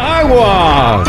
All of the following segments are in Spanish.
aguas.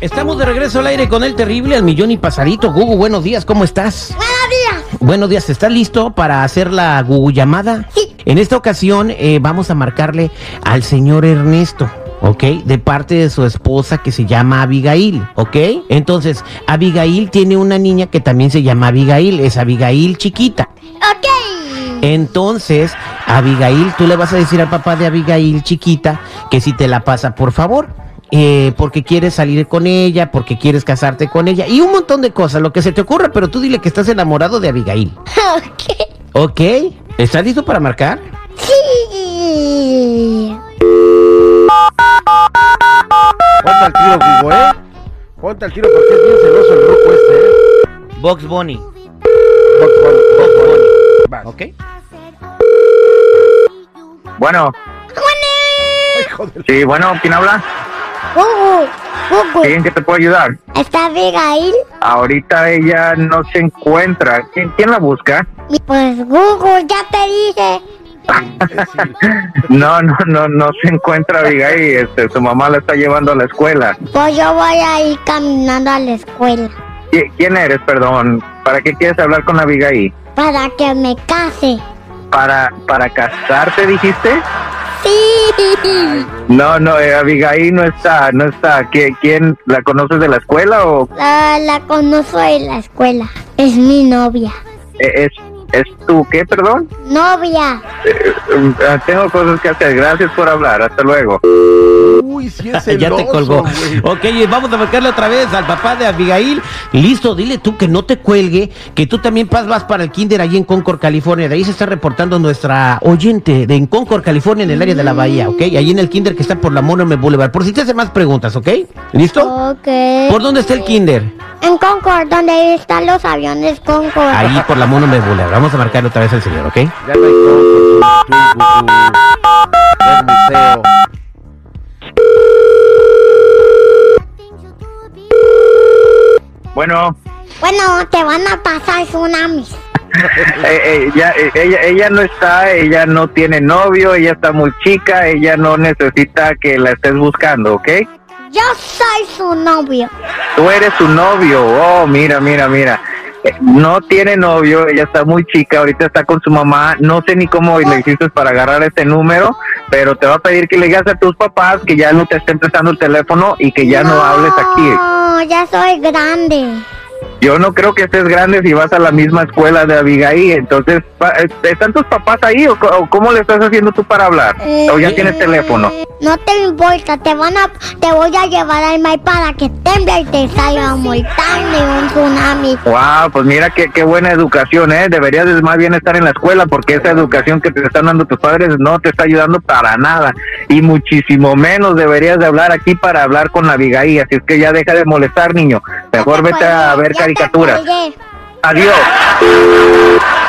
Estamos de regreso al aire con el terrible al millón y pasadito. Gugu, buenos días, ¿cómo estás? Buenos días. Buenos días, ¿estás listo para hacer la Gugu llamada? Sí. En esta ocasión eh, vamos a marcarle al señor Ernesto. ¿Ok? De parte de su esposa que se llama Abigail, ¿ok? Entonces, Abigail tiene una niña que también se llama Abigail, es Abigail chiquita. Ok. Entonces, Abigail, tú le vas a decir al papá de Abigail chiquita que si te la pasa, por favor. eh, porque quieres salir con ella, porque quieres casarte con ella y un montón de cosas, lo que se te ocurra, pero tú dile que estás enamorado de Abigail. Ok. ¿Ok? ¿Estás listo para marcar? Sí. Ponte al tiro, Gugu, ¿eh? Ponte al tiro porque es bien celoso el grupo este, ¿eh? Box Bunny, Box Bunny, Box Bunny. Vas. ¿ok? Bueno, Hijo de sí, bueno, ¿quién habla? Gugu, Gugu, ¿Quién que te puede ayudar? ¿está Abigail? Ahorita ella no se encuentra. ¿Quién, quién la busca? Pues Gugu, ya te dije. la- sí. No, no, no, no se encuentra Abigail. Este, su mamá la está llevando a la escuela. Pues yo voy a ir caminando a la escuela ¿Qui- ¿Quién eres, perdón? ¿Para qué quieres hablar con Abigail? para que me case. ¿Para, para casarte, dijiste? Sí. No, no, eh, Abigail no está, no está. ¿Qui- ¿Quién la conoces de la escuela o La, la conozco en la escuela. Es mi novia. eh, es, es tú qué, perdón? Novia. Eh, eh, tengo cosas que hacer. Gracias por hablar. Hasta luego. Uy, sí es celoso, ya te colgó. güey. Ok, y vamos a marcarle otra vez al papá de Abigail. Listo, dile tú que no te cuelgue, que tú también pas- vas para el kinder allí en Concord, California. De ahí se está reportando nuestra oyente de en Concord, California, en el área de la bahía, ¿ok? Allí en el kinder que está por la Monome Boulevard. Por si te hacen más preguntas, ¿ok? ¿Listo? Ok. ¿Por dónde está el kinder? En Concord, donde están los aviones Concord. Ahí por la Monome Boulevard. Vamos a marcarle otra vez al señor, ¿ok? Ya no hay cosas, tú, Gugu. Ya es museo. Bueno. Bueno, te van a pasar tsunamis. Eh, eh, ya, eh, ella, ella no está, ella no tiene novio, ella está muy chica, ella no necesita que la estés buscando, ¿ok? Yo soy su novio. Tú eres su novio, oh, mira, mira, mira. Eh, No tiene novio, ella está muy chica, ahorita está con su mamá, no sé ni cómo le hiciste para agarrar este número, pero te va a pedir que le digas a tus papás que ya no te estén prestando el teléfono y que ya no, hables aquí. No, ya soy grande. Yo no creo que estés grande si vas a la misma escuela de Abigail, entonces, pa- eh, ¿están tus papás ahí o, co- o cómo le estás haciendo tú para hablar? ¿O Eh, ya tienes teléfono? No te importa, te van a, te voy a llevar al mar para que temble y te salga un volcán y un tsunami. Wow, pues mira qué, qué buena educación, ¿eh? Deberías de más bien estar en la escuela porque esa educación que te están dando tus padres no te está ayudando para nada. Y muchísimo menos deberías de hablar aquí para hablar con Abigail, así es que ya deja de molestar, niño. Mejor Ya te vete a colgué, ver ya te caricaturas. colgué. Adiós.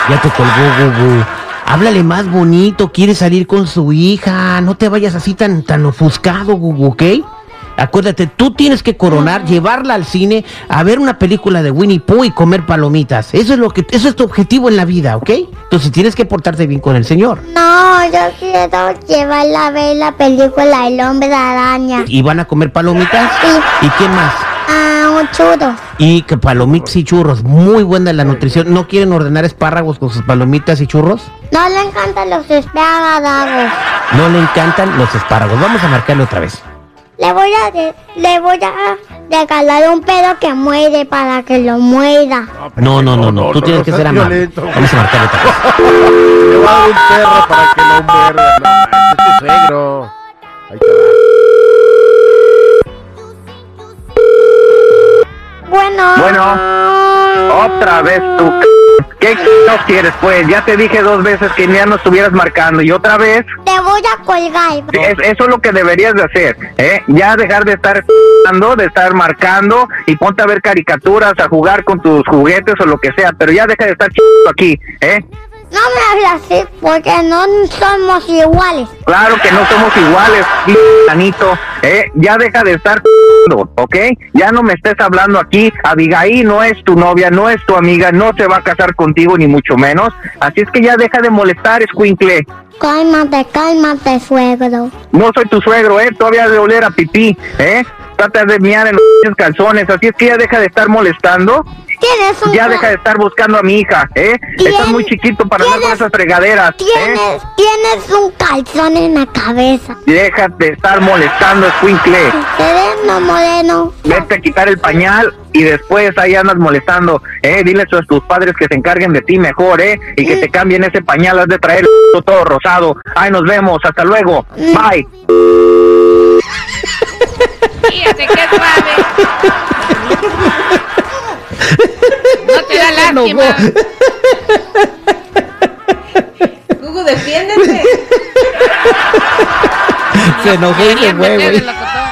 Ya te colgó, Gugu. Háblale más bonito, quiere salir con su hija. No te vayas así tan, tan ofuscado, Gugu, ¿ok? Acuérdate, tú tienes que coronar, llevarla al cine, a ver una película de Winnie Pooh y comer palomitas. Eso es lo que, eso es tu objetivo en la vida, ¿ok? Entonces tienes que portarte bien con el señor. No, yo quiero llevarla a ver la película El Hombre Araña. Y van a comer palomitas. Sí. ¿Y qué más? Ah, un churro. Y que palomitas y churros. Muy buena la nutrición. ¿No quieren ordenar espárragos con sus palomitas y churros? No le encantan los espárragos. No le encantan los espárragos. Vamos a marcarle otra vez. Le voy a de- le voy a regalar un pedo que muere para que lo muera. No, no, no, no, Tú tienes que seas ser amable. violento, güey. Vamos a marcarle otra vez. Le voy a dar un perro para que lo muerda. No, manches, es tu suegro. Ahí te va. Bueno. Bueno. Otra vez tú. c- ¿Qué c- no quieres, pues? Ya te dije dos veces que ya no estuvieras marcando y otra vez. Te voy voy a colgar. Sí, es- eso es lo que deberías de hacer, ¿eh? Ya dejar de estar dando, de estar marcando y ponte a ver caricaturas, a jugar con tus juguetes o lo que sea, pero ya deja de estar chingando aquí, ¿eh? No me hables así porque no somos iguales. Claro que no somos iguales, Anito, ¿eh? Ya deja de estar chingando, ¿ok? Ya no me estés hablando aquí, Abigail no es tu novia, no es tu amiga, no se va a casar contigo ni mucho menos, así es que ya deja de molestar, escuincle. Cálmate, cálmate, suegro. No soy tu suegro, ¿eh? Todavía de oler a pipí, ¿eh? Trata de miar en los pinches calzones, así es que ya deja de estar molestando, Tienes un ya cua- deja de estar buscando a mi hija, ¿eh? Tien- Estás muy chiquito para andar con tienes- esas fregaderas, ¿eh? Tienes, tienes un calzón en la cabeza. Deja de estar molestando, escuincle. Ustedes no moreno. Vete a quitar el pañal y después ahí andas molestando, ¿eh? Diles a tus padres que se encarguen de ti mejor, ¿eh? Y que te cambien ese pañal, has de traer el todo rosado. Ay, nos vemos, hasta luego, bye. Fíjate qué suave. No te da lástima. Gugu, defiéndete. Se enojó y se Querían fue, meter güey. el locotón.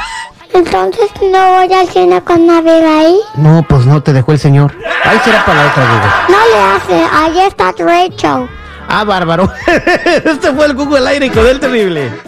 Entonces no voy al cine con Abigail. No, pues no, te dejó el señor. Ahí será para la otra, Google. No le hace. Ahí está Rachel. Ah, bárbaro. este fue el Google al aire con el terrible.